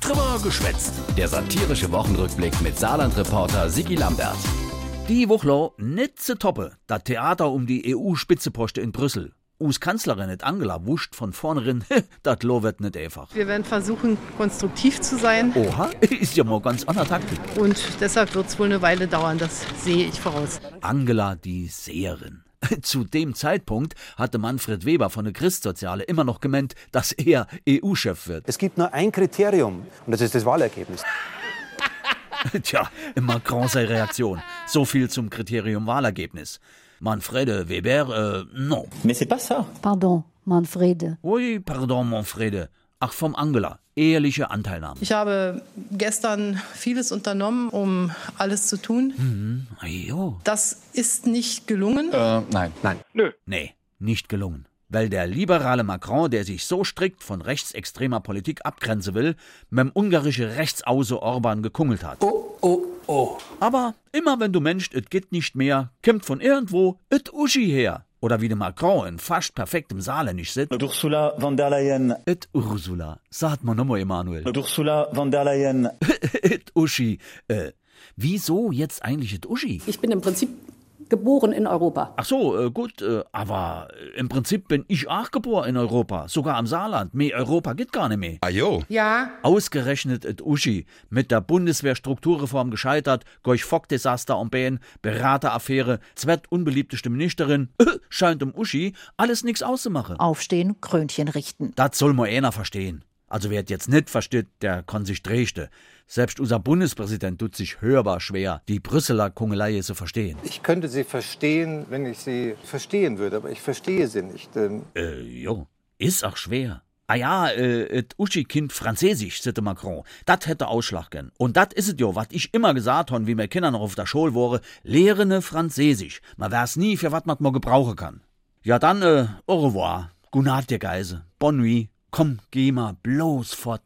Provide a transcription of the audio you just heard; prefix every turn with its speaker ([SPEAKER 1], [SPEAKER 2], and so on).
[SPEAKER 1] Trimmer geschwätzt. Der satirische Wochenrückblick mit Saarland-Reporter Sigi Lambert.
[SPEAKER 2] Die Wochler nicht zu toppe, das Theater um die EU-Spitzeposte in Brüssel. US-Kanzlerin Angela wuscht von vornherein, das Lo wird nicht einfach.
[SPEAKER 3] Wir werden versuchen, konstruktiv zu sein
[SPEAKER 2] Oha, ist ja mal ganz anderer Taktik.
[SPEAKER 3] und deshalb wird es wohl eine Weile dauern, das sehe ich voraus.
[SPEAKER 2] Angela die Seherin. Zu dem Zeitpunkt hatte Manfred Weber von der Christsoziale immer noch gemeint, dass er EU-Chef wird.
[SPEAKER 4] Es gibt nur ein Kriterium und das ist das Wahlergebnis.
[SPEAKER 2] Tja, Macron sei Reaktion. So viel zum Kriterium Wahlergebnis. Manfrede Weber, äh, non.
[SPEAKER 5] Mais c'est pas ça.
[SPEAKER 6] Pardon, Manfrede.
[SPEAKER 2] Ui, pardon, Manfrede. Ach, vom Angela. Ehrliche Anteilnahme.
[SPEAKER 3] Ich habe gestern vieles unternommen, um alles zu tun.
[SPEAKER 2] Ah, Jo.
[SPEAKER 3] Das ist nicht gelungen.
[SPEAKER 2] Nee, nicht gelungen. Weil der liberale Macron, der sich so strikt von rechtsextremer Politik abgrenzen will, mit dem ungarischen Rechtsause Orban gekungelt hat. Oh, oh, oh. Aber immer wenn du menscht, et geht nicht mehr, kämmt von irgendwo et Uschi her. Oder wie der Macron in fast perfektem Saarländisch sitzt,
[SPEAKER 5] D'Ursula von der Leyen.
[SPEAKER 2] et Ursula. Sagt man nochmal Emanuel.
[SPEAKER 5] D'Ursula von der Leyen.
[SPEAKER 2] Et Uschi. Äh, wieso jetzt eigentlich et Uschi?
[SPEAKER 7] Ich bin im Prinzip geboren in Europa.
[SPEAKER 2] Ach so, äh, gut, äh, aber äh, im Prinzip bin ich auch geboren in Europa, sogar am Saarland. Mehr Europa geht gar nicht mehr.
[SPEAKER 3] Ja,
[SPEAKER 2] Ausgerechnet et Uschi, mit der Bundeswehrstrukturreform gescheitert, gorch fock desaster am Bähen, Berateraffäre, zwett unbeliebteste Ministerin, scheint um Uschi alles nix auszumachen.
[SPEAKER 6] Aufstehen, Krönchen richten.
[SPEAKER 2] Das soll mo einer verstehen. Also wer jetzt nicht versteht, der kann sich drehste. Selbst unser Bundespräsident tut sich hörbar schwer, die Brüsseler Kungelei zu verstehen.
[SPEAKER 8] Ich könnte sie verstehen, wenn ich sie verstehen würde, aber ich verstehe sie nicht. Ähm,
[SPEAKER 2] Äh, jo, ist auch schwer. Ah ja, äh, et Uschi Kind Französisch, sitte Macron. Dat hätte Ausschlag gern. Und dat is et jo, wat ich immer gesagt hon, wie mir Kinder noch auf der Schule wore, lehre ne Französisch. Man wär's nie, für wat man mo gebrauche kann. Ja dann, äh, au revoir. Gute Nacht, ihr Geise. Bonne nuit. Komm, geh mal bloß fort.